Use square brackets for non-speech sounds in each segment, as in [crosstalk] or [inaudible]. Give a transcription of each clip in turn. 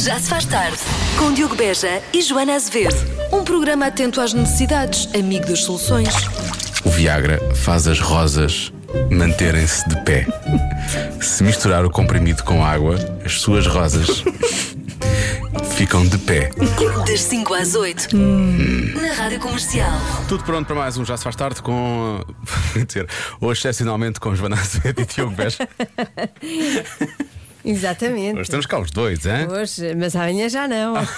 Já se faz tarde, com Diogo Beja e Joana Azevedo. Um programa atento às necessidades, amigo das soluções. [laughs] O Viagra faz as rosas manterem-se de pé. Se misturar o comprimido com água, as suas rosas [laughs] ficam de pé. Das 5 às 8, na Rádio Comercial. Tudo pronto para mais um Já se faz tarde com. [laughs] Vou dizer, hoje excepcionalmente com Joana Azevedo e Diogo Beja. Exatamente. Hoje estamos cá os dois, hein? Hoje, mas amanhã já não. Ah.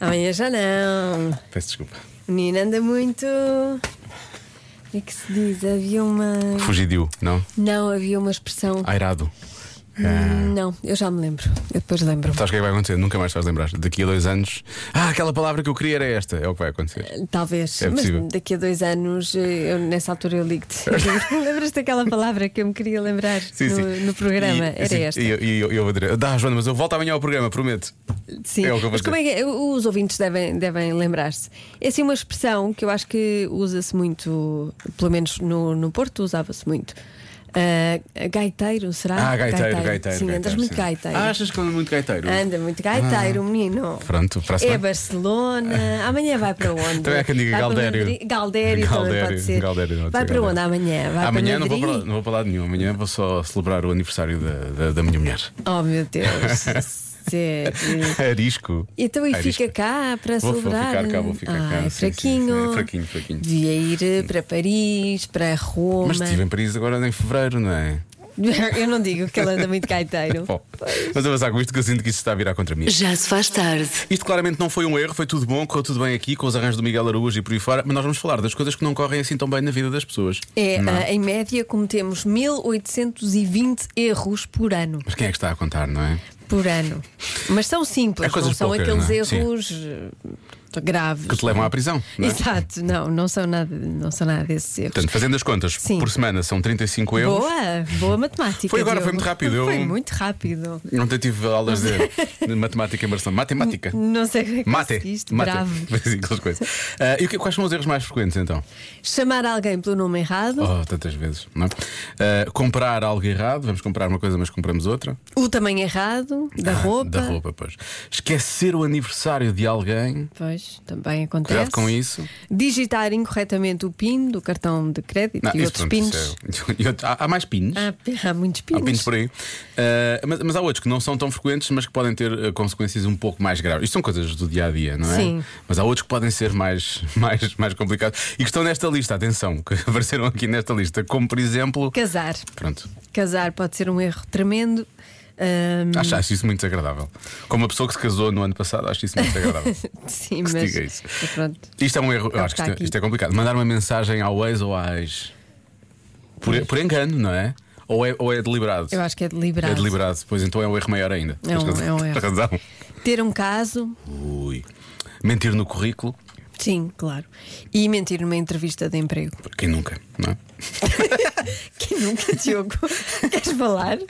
amanhã já não. Peço desculpa. O menino anda muito. O que é que se diz? Havia uma. Fugidiu, não? Não, havia uma expressão. Airado. Ah. Não, eu já me lembro. Eu depois lembro-me. Sabes o que é que vai acontecer? Nunca mais te vais lembrar. Daqui a dois anos. Ah, aquela palavra que eu queria era esta. É o que vai acontecer. Talvez, É mas possível. daqui a dois anos, eh, eu, nessa altura eu [laughs] ligo-te. [laughs] Lembras-te daquela palavra que eu me queria lembrar no, no programa? E- Era sim, esta. E eu, e eu, eu vou dizer: Dá, Joana, mas eu volto amanhã ao programa, prometo. Sim, É o que eu vou mas como é que é? os ouvintes devem, devem lembrar-se? É assim uma expressão que eu acho que usa-se muito, pelo menos no, no Porto usava-se muito. Ah, gaiteiro, será? Ah, gaiteiro, gaiteiro. Sim, andas gaiteiro, muito sim. gaiteiro. Ah, achas que ando muito gaiteiro? Anda muito gaiteiro, menino. Pronto, tá Então para a É semana. Barcelona, amanhã vai para onde? Também há quem diga Vai para Galdério. Madrid? Galdério, também pode ser. Galdério, não, vai sim, para Galdério. onde amanhã? Vai amanhã para não, vou Madrid? para, não vou para lado nenhum. Amanhã vou só celebrar o aniversário da, da, da minha mulher. Oh meu Deus, [laughs] sério. [laughs] Arisco. Então e Arisco. fica cá para Vou- vou celebrar. ficar cá, vou ficar cá. Ai, Sim, sim, Fraquinho. sim, é fraquinho, fraquinho. Devia ir eh, para Paris, para Roma. Mas estive em Paris agora em fevereiro, não é? [laughs] Eu não digo que ele anda [laughs] muito gaiteiro. Bom, mas avançar com isto que eu sinto que isto está a virar contra mim. Já se faz tarde, Isto claramente não foi um erro, foi tudo bom, correu tudo bem aqui com os arranjos do Miguel Araújo e por aí fora, mas nós vamos falar das coisas que não correm assim tão bem na vida das pessoas. É, Não ah, em média cometemos 1820 erros por ano. Mas quem é que está a contar, não é? Por ano. Mas são simples, É coisas não são poucas, aqueles não é? Sim. erros eh, graves. Que te levam à prisão. Não é? Então, Exato, não, não são nada, não são nada desses erros. Portanto, fazendo as contas, Sim. por semana são 35 euros. Boa, boa matemática. Foi agora, Diogo. foi muito rápido, eu- Foi muito rápido. Ontem tive aulas [laughs] de, de matemática em Barcelona. Matemática. Não sei como é que Mate. conseguiste, Mate. [laughs] bravo. Aquelas coisas. Ah, e o que- quais são os erros mais frequentes então? Chamar alguém pelo nome errado, Oh, tantas vezes, não é? Ah, comprar algo errado, vamos comprar uma coisa, mas compramos outra. o tamanho errado da Oh. Ah, roupa. Da roupa, pois. Esquecer o aniversário de alguém. Pois, também acontece. Cuidado com isso. Digitar incorretamente o PIN do cartão de crédito Não, e isso, outros pronto, pins. isso é- [laughs] e outro- há, há mais pins. Há, há muitos Há pins. pins por aí. Ah, mas, mas há outros que não são tão frequentes, mas que podem ter ah, consequências um pouco mais graves. Isto são coisas do dia a dia, não é? Sim. Mas há outros que podem ser mais, [laughs] mais, mais complicados. E que estão nesta lista, atenção, que [laughs] apareceram aqui nesta lista, como por exemplo. Casar. Pronto. Casar pode ser um erro tremendo. Ahm, Acho, acho isso muito desagradável. Como uma pessoa que se casou no ano passado, acho isso muito [laughs] desagradável. [laughs] sim, se mas. diga isso. mas Pronto. Isto é um erro. É o eu que acho que está isto, é- aqui. isto é complicado. Mandar uma mensagem ao ex ou à ex. Por, por engano, não é? Ou é, ou é deliberado? Eu acho que é deliberado. É deliberado, pois então é um erro maior ainda. É um- Tens razão. é um [laughs] erro. Tens razão. Ter um caso, Ui. Mentir no currículo, sim, claro. E mentir numa entrevista de emprego. [laughs] quem nunca, não é? Quem nunca, Diogo? [laughs] Queres falar? O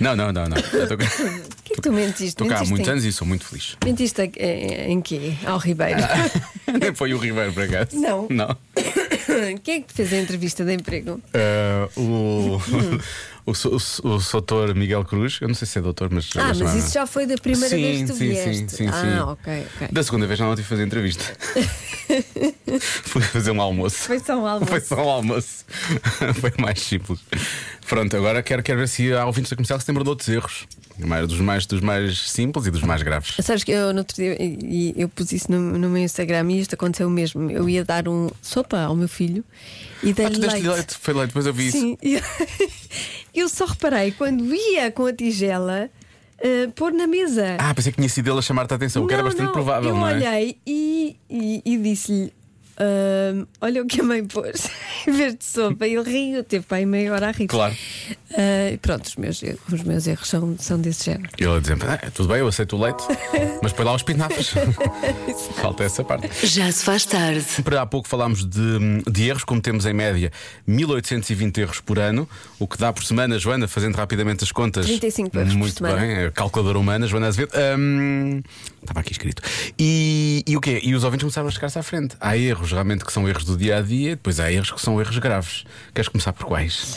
Não, não, não, não. [laughs] Estou que é que tu mentiste? cá há Mentiste muitos em- anos e sou muito feliz. [laughs] Mentiste a- eh, em quê? Ao Ribeiro. Nem foi o Ribeiro, por acaso. Não. [laughs] Não. [coughs] Quem é que te fez a entrevista de emprego? Eh, o, o, [laughs] so- o, so- o Soutor Miguel Cruz, eu não sei se é doutor, mas. Ah, mas chamava- isso já foi da primeira sim, vez que tu sim, vieste. Sim, sim, ah, sim. ok, ok. Da segunda vez já não tive de fazer [laughs] entrevista. Fui fazer um almoço. Foi só um almoço. Foi só um almoço. [laughs] Foi mais simples. Pronto, agora quero, quero ver se há ouvintes da comercial que se lembram de outros erros. Mais- dos, mais, dos mais simples e dos mais graves. Sabes que eu no outro dia e- e eu pus isso no, no meu Instagram e isto aconteceu mesmo. Eu ia dar um sopa ao meu filho e Ah, dei-lhe tu deste leite. leite, foi leite, depois eu vi isso. Sim, e- [laughs] eu só reparei quando ia com a tigela eh, pôr na mesa. Ah, pensei que tinha sido ele a chamar-te a atenção, o Então, que era Não, bastante não, um provável, eu não é? olhei e, e- e disse-lhe: "Ahm, Olha o que a mãe pôs [laughs] em vez de sopa. Ele riu, teve para aí meia hora a rir. Claro. Ah, e pronto, os meus, os meus erros são, são desse género. E ele a dizer: "Ah, Tudo bem, eu aceito [laughs] o leite, mas põe lá os pinafres. Falta essa parte. já se faz tarde, Para há pouco falámos de, de erros, como temos em média 1820 erros por ano, o que dá por semana, Joana, fazendo rapidamente as contas. 35 erros por Muito semana. bem, é calculadora humana, Joana Azevedo. Hum, estava aqui escrito. E, e o quê? E os ouvintes começaram a chegar-se à frente. Há erros erros realmente que são erros do dia a dia, depois há erros que são erros graves. Queres começar por quais?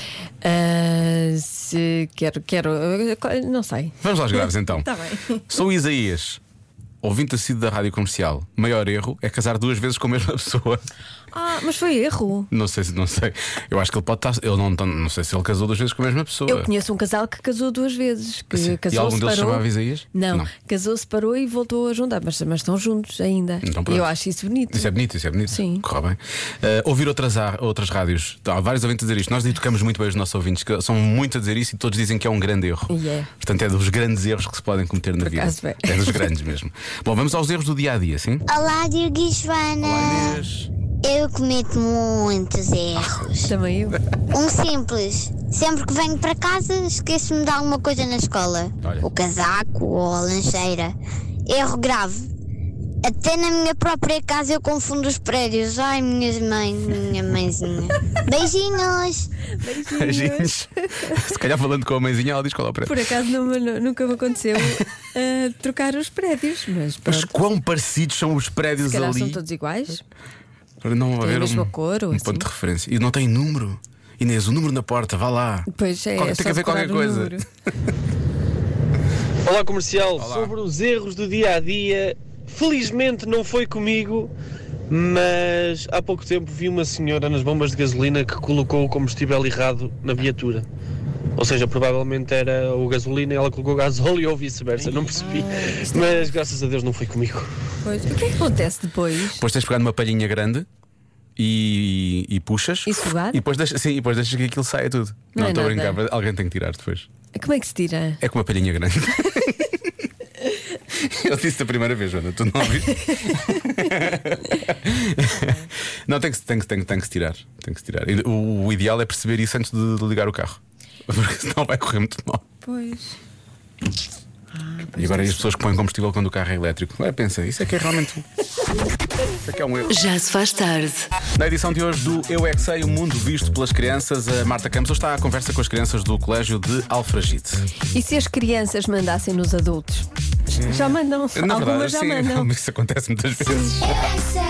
Ah, se quero, quero. Não sei. Vamos aos graves então. Tá bem. [laughs] Sou Isaías, ouvinte assíduo da rádio comercial. Maior erro é casar duas vezes com a mesma [laughs] pessoa. Ah, mas foi erro. Não sei se, não sei. Eu acho que ele pode estar. Ele não, não sei se ele casou duas vezes com a mesma pessoa. Eu conheço um casal que casou duas vezes. Que Sim. E casou, algum deles separou. chamava Isaías? Não, Não. casou, separou e voltou a juntar, mas, mas estão juntos ainda. Então, E pronto. eu acho isso bonito. Isso é bonito, isso é bonito. Sim. Corre bem. Eh, ouvir outras, ar- outras rádios. Há vários ouvintes a dizer isto. Nós educamos muito bem os nossos ouvintes, que são muitos a dizer isso e todos dizem que é um grande erro. E é. Portanto, é dos grandes erros que se podem cometer na vida. acaso é. É dos grandes mesmo. Bom, vamos aos erros do dia a dia, sim? Olá, Diogo e Joana. Olá, Inês. Eu cometo muitos é erros. Também eu. Um simples. Sempre que venho para casa, esqueço-me de alguma coisa na escola. Olha. O casaco ou a lancheira. Erro grave. Até na minha própria casa eu confundo os prédios. Ai, minhas mães, [laughs] minha mãezinha. Beijinhos. Beijinhos. Se calhar falando com a mãezinha, ela diz qual é o prédio. Por acaso numa- nu- nunca me [laughs] aconteceu ah, trocar os prédios, mas Mas pronto. quão parecidos são os prédios Se calhar ali? são todos iguais. Para não Tem a haver mesma um, cor ou um assim? ponto de referência. E não tem número. Inês, o número na porta, vá lá. Pois é, Qual- é tem só que haver qualquer decorar o coisa. número. Olá comercial, sobre os erros do dia a dia, felizmente não foi comigo, mas há pouco tempo vi uma senhora nas bombas de gasolina que colocou o combustível errado na viatura. Ou seja, provavelmente era o gasolina e ela colocou gasóleo ou vice-versa, não percebi. Mas graças a Deus não foi comigo. Pois. O que é que acontece depois? Depois tens de pegar numa palhinha grande e, e puxas. E sugar? E depois deixas, sim, e depois deixas que aquilo saia tudo. Não Não é estou a nada. brincar, mas alguém tem que tirar depois. Como é que se tira? É com uma palhinha grande. [laughs] Eu disse a primeira vez, Joana, tu não ouviste? não, tem que, se- tem, que, tem, que- tem que se tirar. Tem que se tirar. E O, o ideal é perceber isso antes de ligar o carro. [laughs] Porque senão vai correr muito mal. Pois. E agora as pessoas que põem combustível quando o carro é elétrico. Agora pensa, isso é que é realmente. Isso é que é um erro. Já se faz tarde. Na edição de hoje do Eu é que Sei, o mundo visto pelas crianças, a Marta Campos hoje está à conversa com as crianças do Colégio de Alfragite. E se as crianças mandassem nos adultos? Já mandam. Algumas [laughs] já mandam. Hum. sim, isso acontece muitas vezes. Eu é que sei.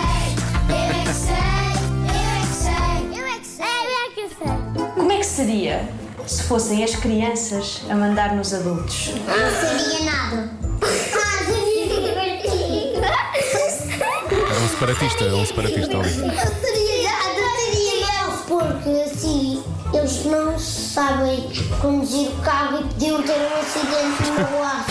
Eu é que sei. Eu é que sei. Eu é que sei. Eu é que sei. Como é que seria se fossem as crianças a mandar nos adultos? Não seria nada. Ah, seria divertido. É um separatista, é um separatista ali. Não seria nada. seria nada. Porque assim, eles não sabem conduzir o carro e podiam ter um acidente na rua.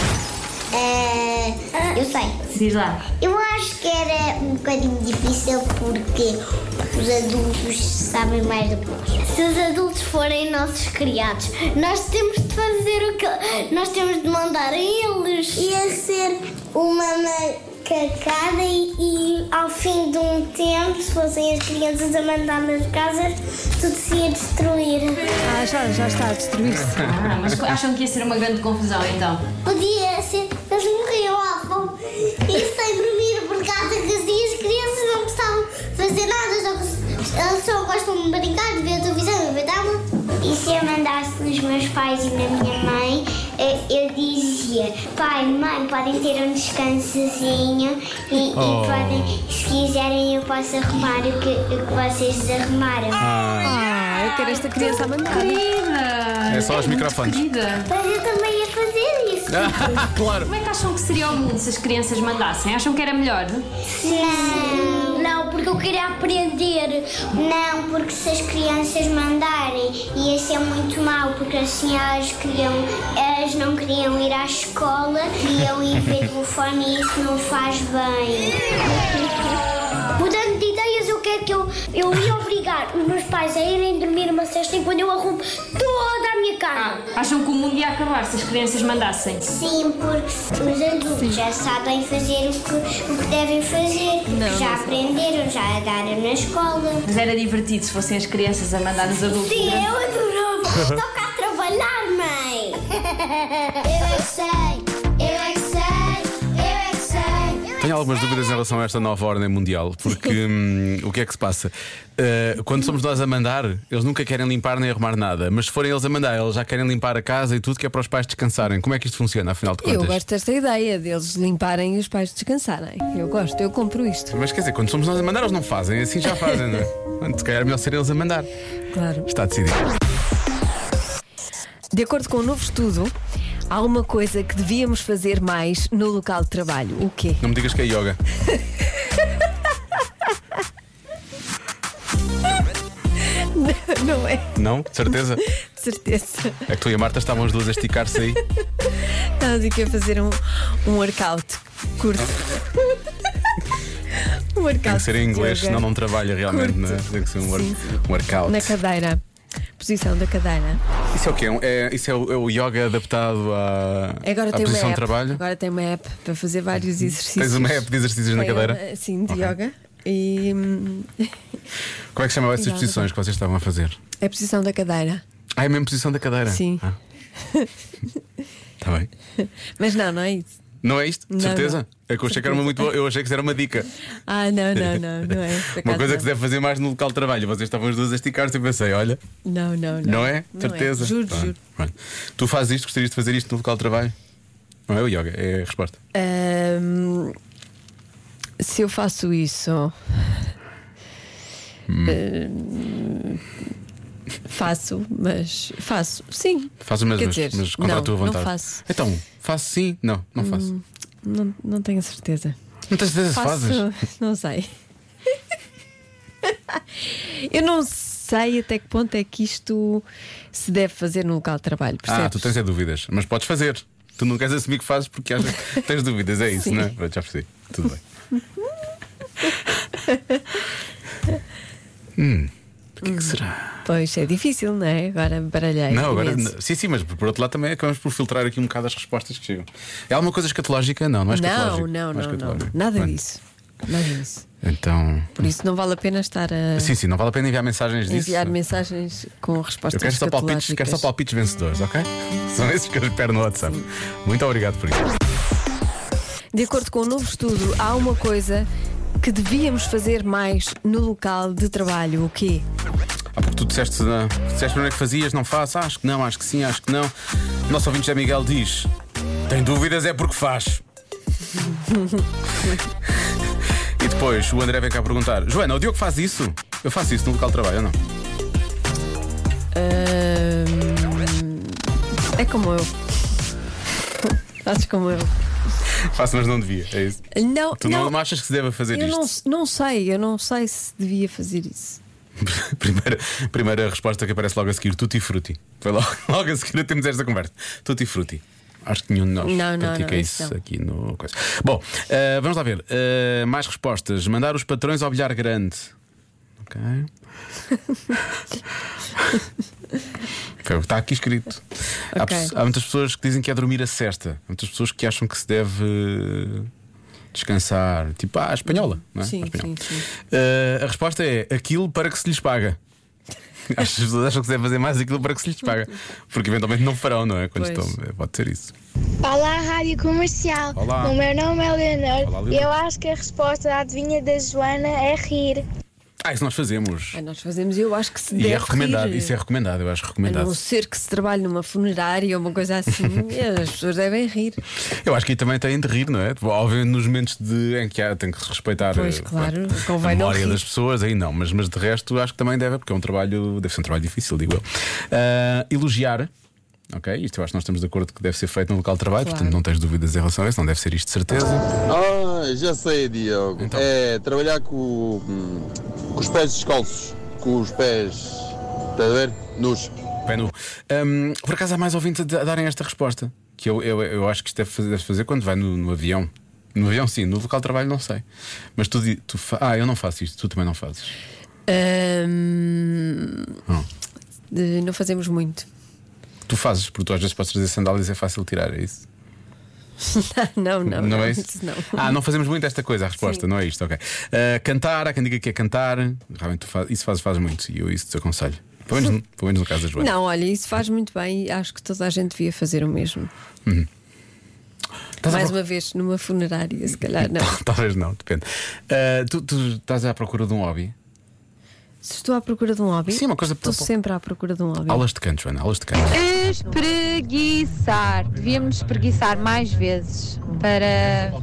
É, eu sei. Diz lá. Eu acho que era um bocadinho difícil porque os adultos sabem mais do que nós. Se os adultos forem nossos criados, nós temos de fazer o que nós temos de mandar a eles. Ia ser uma macacada e, e ao fim de um tempo, se fossem as crianças a mandar nas casas, tudo se ia destruir. Ah, já, já está a destruir-se. Ah, mas acham que ia ser uma grande confusão então? Podia ser, eles morriam à fome e sem dormir por causa que assim as crianças não gostavam de fazer nada, só, elas só gostam de brincar, de ver a televisão e ver dama. E se eu mandasse nos meus pais e na minha mãe, eh, eu dizia: pai, mãe, podem ter um descansozinho e, e podem, se quiserem, eu posso arrumar o que, o que vocês desarrumaram. Ah, eu quero esta criança a mandar. Querida! É só os muito microfones. [laughs] Querida! Mas eu também ia fazer isso. claro. Como é que acham que seria o mundo se as crianças mandassem? Acham que era melhor? Não, não, porque eu queria aprender. Não, porque se as crianças mandarem ia ser muito mal, porque assim elas queriam, elas não queriam ir à escola, queriam ir [laughs] ver telefone e isso não faz bem. Mudando de ideias, eu quero que eu, eu ia obrigar os meus pais a irem dormir uma sexta enquanto eu arrumo toda a minha casa. Acham que o mundo ia acabar se as crianças mandassem? Sim, porque os adultos já sabem fazer o que, o que devem fazer. já aprenderam, já andaram na escola. Mas era divertido se fossem as crianças a mandar nos adultos. Sim, eu [laughs] adorava. Estou cá a trabalhar, mãe. Eu é que sei, eu é que sei, eu é que sei. Tenho algumas dúvidas em relação a esta nova ordem mundial, [laughs] porque hum, o que é que se passa? Uh, quando somos nós a mandar, eles nunca querem limpar nem arrumar nada, mas se forem eles a mandar, eles já querem limpar a casa e tudo que é para os pais descansarem. Como é que isto funciona, afinal de Eu contas? gosto desta ideia deles limparem e os pais descansarem. Eu gosto, eu compro isto. Mas quer dizer, quando somos nós a mandar, eles não fazem, assim já fazem, não é? Portanto, Se calhar é melhor ser eles a mandar. Claro. Está decidido. De acordo com um novo estudo, há uma coisa que devíamos fazer mais no local de trabalho. O quê? [laughs] Não me digas que é yoga. Não é? Não? De certeza? De certeza. É que tu e a Marta estavam as duas a esticar-se aí. Estás aqui a fazer um, um workout curto. um workout. Tem que ser em inglês, de senão yoga. não trabalha realmente, Curto. não é? Tem que ser um, work- Sim, sim. um workout. Na cadeira. Posição da cadeira. Isso é o quê? É um- É, isso é o, é o yoga adaptado à, Agora à tem uma posição app. de trabalho? Agora tem uma app para fazer vários exercícios. Tens uma app de exercícios na Tem cadeira? uma- Sim, de yoga. E hum, [laughs] Como é que se chamam essas Exato. posições que vocês estavam a fazer? é a posição da cadeira. Ah, é a mesma posição da cadeira? Sim. Está bem. Mas não, não é isso. Não é isto? De Não, certeza? É que eu achei que era uma muito boa. Eu achei que isso era uma dica. Ah, não, não, não, não é. [laughs] Por Uma coisa acaso não. que se deve fazer mais no local de trabalho. Vocês estavam as duas a esticar-se e eu pensei, olha, Não, não, não. não, é? certeza. Juro, Pronto, juro. pronto. Tu fazes isto, gostarias de fazer isto no local de trabalho? Não é o yoga, é a resposta. Ahm, se eu faço isso. Hum. ahm, faço, mas. Faço, sim. Fazes mas, Quer mas, dizer, mas contra não, a tua não vontade. faço. Então, faço sim? Não, não faço. Não, não tenho a certeza. Não tens certeza se Faço. fazes? Ah, Não sei. eu não sei até que ponto é que isto se deve fazer no local de trabalho. Percebes? Ah, tu tens é dúvidas, mas podes fazer. Tu não queres assumir que fazes porque achas [laughs] que tens dúvidas, é isso, Sim. não é? Pronto, já percebi. Tudo bem. [laughs] Hum, o que é que será? Pois é difícil, não é? Agora baralhei. não, agora. imenso. Sim, sim, mas por outro lado também acabamos por filtrar aqui um bocado as respostas que chegam. É alguma coisa escatológica? Não, não é Não, escatológico. não, é não, não. escatológico. Nada Pronto. disso. Nada disso. Então. Por isso não vale a pena estar a Sim, sim, não vale a pena enviar mensagens disso. É. enviar mensagens com respostas Eu quero só, palpites, quero só escatológicas. palpites vencedores, ok? São esses que eu espero no WhatsApp. Muito obrigado por isso. De acordo com o novo estudo, há uma coisa que devíamos fazer mais no local de trabalho. O quê? Há pouco tu disseste, né? disseste primeiro que fazias, não faço, acho que não, acho que sim, acho que não. O nosso ouvinte José Miguel diz: tem dúvidas é porque faz. [laughs] e depois o André vem cá perguntar: Joana, o Diogo faz isso? Eu faço isso no local de trabalho ou não? Ahm, É como eu. [laughs] Fazes como eu. Faço, mas não devia, é isso. Não, Tu não, não, achas que se deve fazer eu isto? não, não sei, eu não sei se devia fazer isso. [laughs] primeira, primeira resposta que aparece logo a seguir: Tutti Frutti. Foi logo, [laughs] logo a seguir a termos esta conversa. Tutti Frutti. Acho que nenhum de nós Não, não, pratica não, isso isso não. aqui no. Coisa. Bom, eh, vamos lá ver. Eh, mais respostas. Mandar os patrões ao bilhar grande. [laughs] Ok. Foi o que Está aqui escrito. Há, Ok. pes- há muitas pessoas que dizem que é dormir a cesta. Há muitas pessoas que acham que se deve eh, descansar. Tipo, ah, a espanhola. Não é? Sim, A espanhola. sim, sim. Uh, a resposta é aquilo para que se lhes paga. [laughs] As pessoas acham que se deve fazer mais aquilo para que se lhes paga. Porque eventualmente não farão, não é? Quando Pois. estão. Pode ser isso. Olá, Rádio Comercial. Olá. O meu nome é Olá, Leonor. Leonor. Eu acho que a resposta à adivinha da Joana é rir. Ah, isso nós fazemos. Ah, Nós fazemos, eu acho que se E deve é recomendado, rir. isso é recomendado, eu acho A não recomendado. ser que se trabalhe numa funerária ou uma coisa [laughs] assim, as pessoas devem rir. Eu acho que aí também têm de rir, não é? Obviamente nos momentos de, em que há, tem que se respeitar Pois, eh, claro, pronto, a convém não memória rir. das pessoas, aí não, mas, mas de resto acho que também deve, porque é um trabalho, deve ser um trabalho difícil, digo eu. Ah, elogiar. Ok, isto eu acho que nós estamos de acordo que deve ser feito no local de trabalho, Claro. portanto não tens dúvidas em relação a isso, não deve ser isto de certeza. Ah, já sei, Diogo. Então. É trabalhar com, hum, com os pés descalços, com os pés, estás a ver? Nus. Pé nu. Ahm, por acaso há mais ouvintes a da- darem esta resposta, que eu, eu, eu acho que isto deve fazer, deve fazer quando vai no, no avião. No avião, sim, no local de trabalho, não sei. Mas tu, di- tu fa- Ah, eu não faço isto, tu também não fazes. Ahm, Não. de- não fazemos muito. [laughs] Tu fazes, porque tu às vezes podes trazer sandálias e é fácil tirar, é isso? não, não, não, é isso? não. Ah, não fazemos muito esta coisa, a resposta, não é isto, ok. Ah, cantar, há quem diga que é cantar, realmente tu faz, isso fazes faz muito e eu isso te aconselho. Pelo menos, no- pelo menos no caso da Joana. Não, olha, isso faz muito bem e acho que toda a gente devia fazer o mesmo. Estás a Mais proc- uma vez, numa funerária, se calhar, não. [laughs] Talvez não, depende. Ah, tu, tu estás à procura de um hobby? Se estou à procura de um hobby, Sim, uma coisa- estou sempre à procura de um hobby. Aulas de canto, Joana, aulas de canto. É. Espreguiçar. Devíamos espreguiçar mais vezes para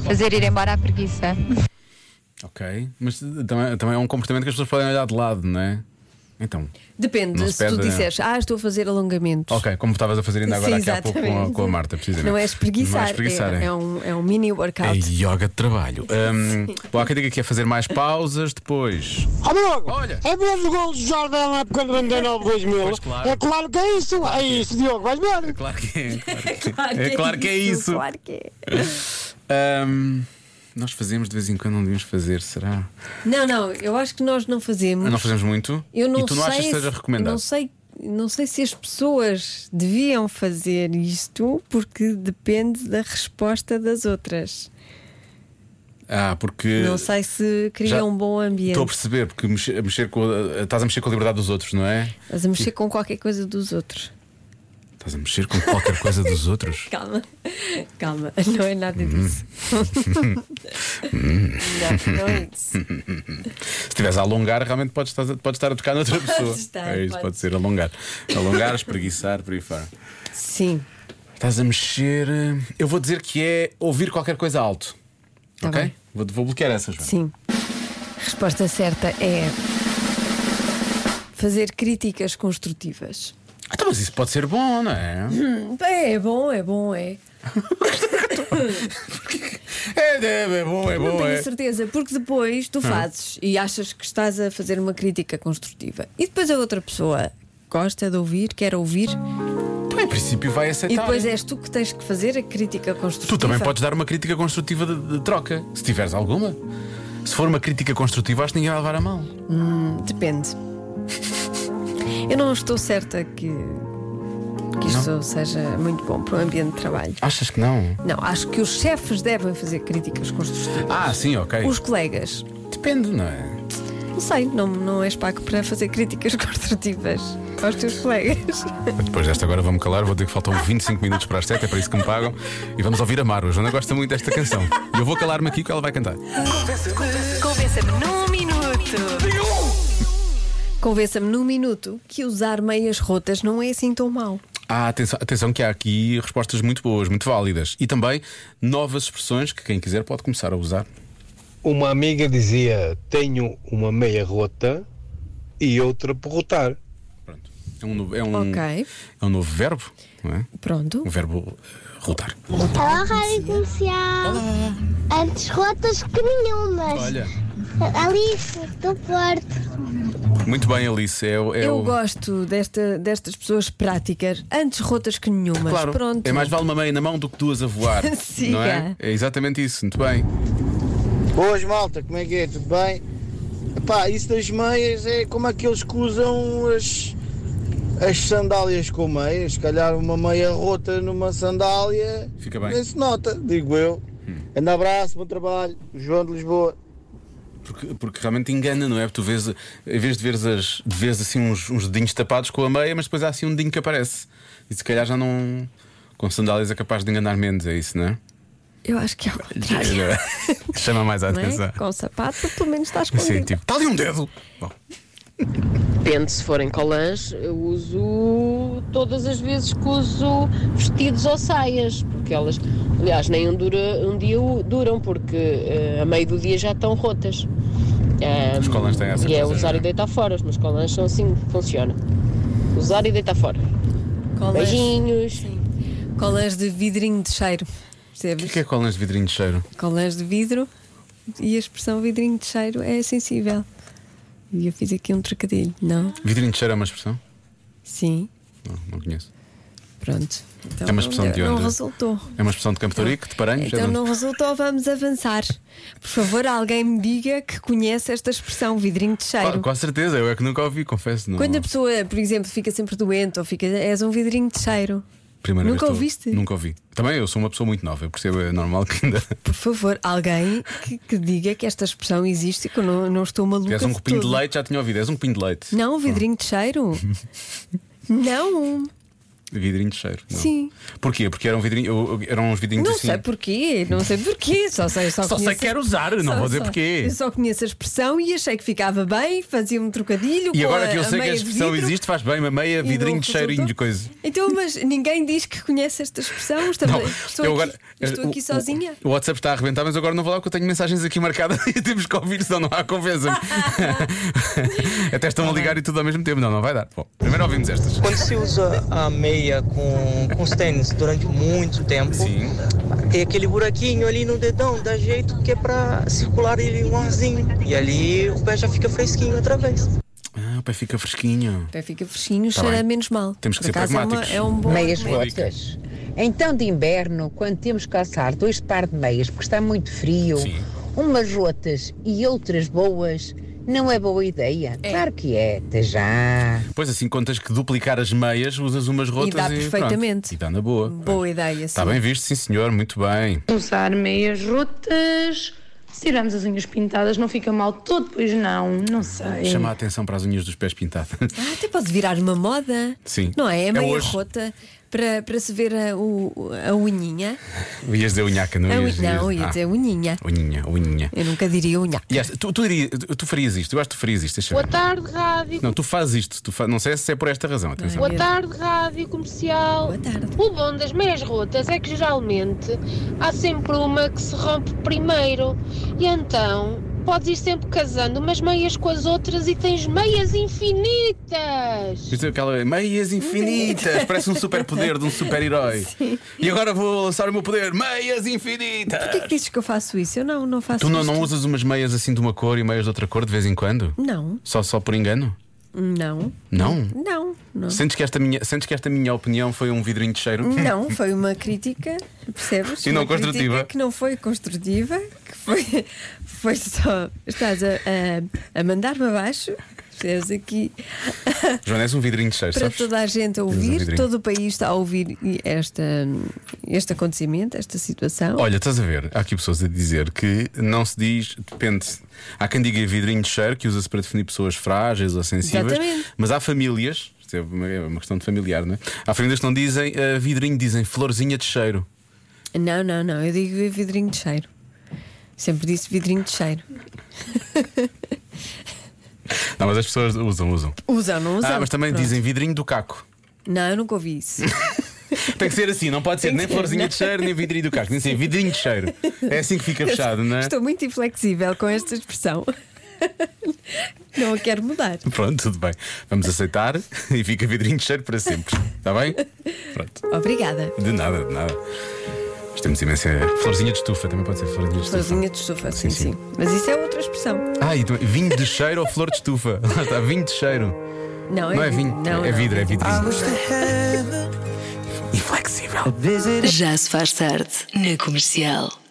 fazer ir embora a preguiça. Ok, mas eh, também, também é um comportamento que as pessoas podem olhar de lado, não é? Então, Não Depende, se se tu perde, né? disseres, ah, estou a fazer alongamentos. ok, como estavas a fazer ainda agora Sim, aqui há pouco com a, exatamente. com a Marta, precisamente. Não é espreguiçar, Não é espreguiçar, é, é. é um, é um mini É [laughs] workout. yoga de trabalho. Hum, bom, há quem diga que é fazer mais pausas depois. Ó, Diogo, Olha. é mesmo o gol do Jordão na época de 99, 2000. Pois claro. É claro que é isso. É isso, Diogo, vais ver. Claro que [laughs] é. Ah, Claro que é, claro que é isso. Claro que é. Hum, nós fazemos de vez em quando, não devíamos fazer, será? Ah, Não, não, eu acho que nós não fazemos. Não fazemos muito? Eu não e tu não sei achas que se- seja recomendado? Não sei, não sei se as pessoas deviam fazer isto porque depende da resposta das outras. Ah, porque. não sei se cria já- um bom ambiente. Estou a perceber, porque mexer, mexer com a- estás a mexer com a liberdade dos outros, não é? Estás a mexer com qualquer coisa dos outros. Estás a mexer com qualquer coisa [laughs] dos outros. Calma, [laughs] calma, [laughs] não é Hum. nada disso. não, não é isso. Se estiveres a alongar, realmente podes estar, podes estar a tocar noutra [laughs] pessoa. estar, é isso, pode. pode ser alongar. Alongar, espreguiçar, por aí fora. Sim, Estás a mexer. eh, Eu vou dizer que é ouvir qualquer coisa alto. Tá ok? bem. Vou, vou bloquear essa, Joana. sim. Resposta certa é fazer críticas construtivas. Ah, Então, mas isso pode ser bom, não é? É, é bom, é bom, é. É, é, é bom, é Não bom. tenho É. Hum. certeza, porque depois tu fazes e achas que estás a fazer uma crítica construtiva. E depois a outra pessoa gosta de ouvir, quer ouvir, Então, em princípio, vai aceitar. e depois é és tu que tens que fazer a crítica Tu construtiva. também podes dar uma crítica construtiva de, de troca, se tiveres alguma. Se for uma crítica construtiva, acho que ninguém vai levar a mal. Depende. Eu não estou certa que, que isto seja muito bom para o ambiente de trabalho. Achas que não? Não, acho que os chefes devem fazer críticas construtivas. Ah, sim, ok. Os colegas, Depende, não é? não sei, não, não és pago para fazer críticas [laughs] construtivas aos teus colegas. Depois desta agora vamos calar, vou dizer que faltam 25 minutos para as 7, é para isso que me pagam. E vamos ouvir a Maro. A Joana gosta muito desta canção. E eu vou calar-me aqui que ela vai cantar. Convença-me num minuto. Convença-me num minuto que usar meias rotas não é assim tão mau. Ah, atenção, atenção que há aqui respostas muito boas, muito válidas. E também novas expressões que quem quiser pode começar a usar. Uma amiga dizia: Tenho uma meia rota e outra por rotar. Pronto. É um, novo- é um, Ok. é um novo verbo, não é? Pronto. Um verbo eh, rotar. Olá, Rádio Comercial. Antes rotas que nenhumas. Olha, Alice, do Porto. muito bem, Alice. É, o- é Eu o... gosto desta, destas pessoas práticas, antes rotas que nenhuma. Claro, Pronto. é mais vale uma meia na mão do que duas a [laughs] voar. Siga. não é? é exatamente isso, muito bem. Boas, malta, como é que é? Tudo bem? Epá, isso das meias é como aqueles que usam as, as sandálias com meias. Se calhar uma meia rota numa sandália. Fica bem. Hum. Nem se nota, digo eu. Grande abraço, bom trabalho. João de Lisboa. Porque, porque realmente engana, não é? Porque tu vês, em vez de veres, as, de veres assim uns, uns dedinhos tapados com a meia, mas depois há assim um dedinho que aparece. E se calhar já não. Com sandálias é capaz de enganar menos, é isso, não é? Eu acho que é ao contrário. [laughs] Chama mais a Não atenção. é? assim? Com o sapato, pelo menos está Sim, escondido. tipo, está ali um dedo! Bom, Depende, se forem colãs, eu uso todas as vezes que uso vestidos ou saias, porque elas, aliás, nem um, dura- um dia o- duram, porque eh, a meio do dia já estão rotas. Ah, Os colãs têm essa E é coisa, usar não é? e deitar fora, os meus colãs são assim que funciona. Usar e deitar fora. Colas, Beijinhos. colas de vidrinho de cheiro. o Percebes? que é colãs de vidrinho de cheiro? Colas de vidro e a expressão vidrinho de cheiro é sensível. E eu fiz aqui um trocadilho, não? Vidrinho de cheiro é uma expressão? Sim. Não, não conheço. Pronto. Então, É uma expressão não, de Não onda. resultou. É uma expressão de Campo de Rico, de Paranhos? é Então de onde? não resultou, vamos avançar. Por favor, alguém me diga que conhece esta expressão, vidrinho de cheiro. Claro, com certeza, eu é que nunca ouvi, confesso. Não. Quando a pessoa, por exemplo, fica sempre doente ou fica. és um vidrinho de cheiro. Primeira vez que Nunca eu- ouviste? Nunca ouvi. Também eu sou uma pessoa muito nova, eu percebo, é normal que ainda. Por favor, alguém que, que diga que esta expressão existe e que eu não, não estou maluca. És um de um copinho de [laughs] todo. leite, já tinha ouvido, és um copinho de leite. Não, vidrinho de cheiro. não. Vidrinho de cheiro. não. Sim. Porquê? Porque eram, vidrinho, eram uns vidrinhos Não assim. sei porquê, não sei porquê, só sei só Só sei conheço- que quero usar, não só- vou dizer só- porquê. Eu só conheço a expressão e achei que ficava bem, fazia-me um trocadilho. E com agora a, que eu a sei que a meia de expressão vidro. existe, faz bem, uma meia, E vidrinho não de cheirinho de resultou? coisa. Então, mas ninguém diz que conhece esta expressão. Estamos, Não, estou eu aqui, agora- eh, estou aqui o- o- sozinha. O WhatsApp está a arrebentar, mas agora não vou lá porque eu tenho mensagens aqui marcadas [laughs] e temos que ouvir, senão não há [laughs] conversa. Até estão Tá a ligar e tudo ao mesmo tempo. Não, não vai dar. Bom, primeiro ouvimos estas. Quando se usa a meia com, com os tênis durante muito tempo, tem aquele buraquinho ali no dedão, dá jeito que é pra circular ele um arzinho. E ali o pé já fica fresquinho outra vez. Ah, o pé fica fresquinho. O pé fica fresquinho, Tá cheira bem. menos mal. Temos que Por ser acaso é uma- pragmáticos. é um bom- Meias Boa dica. rotas. Então, de inverno, quando temos que calçar dois par de meias, porque está muito frio, umas rotas e outras boas, não é boa ideia. Claro que é, até já. Pois assim, quando tens que duplicar as meias, usas umas rotas e. dá pronto. perfeitamente. E dá na boa. Boa ideia, Está bem visto, sim senhor, muito bem. Usar meias rotas, se tirarmos as unhas pintadas, não fica mal todo, pois não, não sei. Chama a atenção para as unhas dos pés pintadas. [laughs] Até pode virar uma moda. Sim. Não é? A É meia hoje. rota para, para se ver a, o- a unhinha. Ias dizer unhaca, não A ias? ui- não, ias- ia Ah, dizer unhinha. Unhinha, unhinha. Eu nunca diria unha. E esta- tu, tu, dirias- tu- tu farias isto, eu acho que tu farias isto. deixa Boa ver. tarde, rádio. Não, tu fazes isto, tu fa- não sei se é por esta razão, atenção. Boa tarde, rádio comercial. Boa tarde. O bom das meias rotas é que geralmente há sempre uma que se rompe primeiro. E então podes ir sempre casando umas meias com as outras e tens meias infinitas. Isto é aquela meias infinitas, parece um superpoder de um [laughs] super-herói. E agora vou lançar o meu poder, meias infinitas. Porquê que dizes que eu faço isso? Eu não, não faço Tu não, isto. não usas umas meias assim de uma cor e meias de outra cor de vez em quando? Não. Só, só por engano? Não. Não? Não. Não. Sentes, que esta minha, sentes que esta minha opinião foi um vidrinho de cheiro? Não, foi uma crítica, percebes? E não Uma crítica construtiva. Que não foi construtiva, que foi, foi só. Estás a, a, a mandar-me abaixo, percebes aqui, Joana, és um vidrinho de cheiro, para sabes? toda a gente Temos um ouvir, vidrinho. todo o país está a ouvir esta, este acontecimento, esta situação. Olha, estás a ver, há aqui pessoas a dizer que não se diz, depende. Há quem diga vidrinho de cheiro, que usa-se para definir pessoas frágeis ou sensíveis, Exatamente. mas há famílias, isto é uma, é uma questão de familiar, não é? Há famílias que não dizem eh, vidrinho, dizem florzinha de cheiro. Não, não, não, eu digo vidrinho de cheiro. Sempre disse vidrinho de cheiro. Não, mas as pessoas usam, usam. Usam, não usam? ah, mas também Pronto. dizem vidrinho do caco. Não, eu nunca ouvi isso. Tem que ser assim, não pode ser Tem nem que ser, florzinha não. é? de cheiro, nem vidrinho do caco, tem que ser vidrinho de cheiro. É assim que fica fechado, não é? Estou muito inflexível com esta expressão. [laughs] Não a quero mudar. Pronto, tudo bem. Vamos aceitar e fica vidrinho de cheiro para sempre. Está [laughs] bem? Pronto. Obrigada. De nada, de nada. Mas temos imensa. Florzinha de estufa, também pode ser florzinha de estufa. Florzinha de estufa, sim, sim, Mas isso é outra expressão. Ah, e tu- vinho de cheiro ou flor de estufa? [laughs] Lá está, vinho de cheiro. Não, Não é é vinho, não, é não. vidro, é vidrinho. Já se faz tarde na comercial.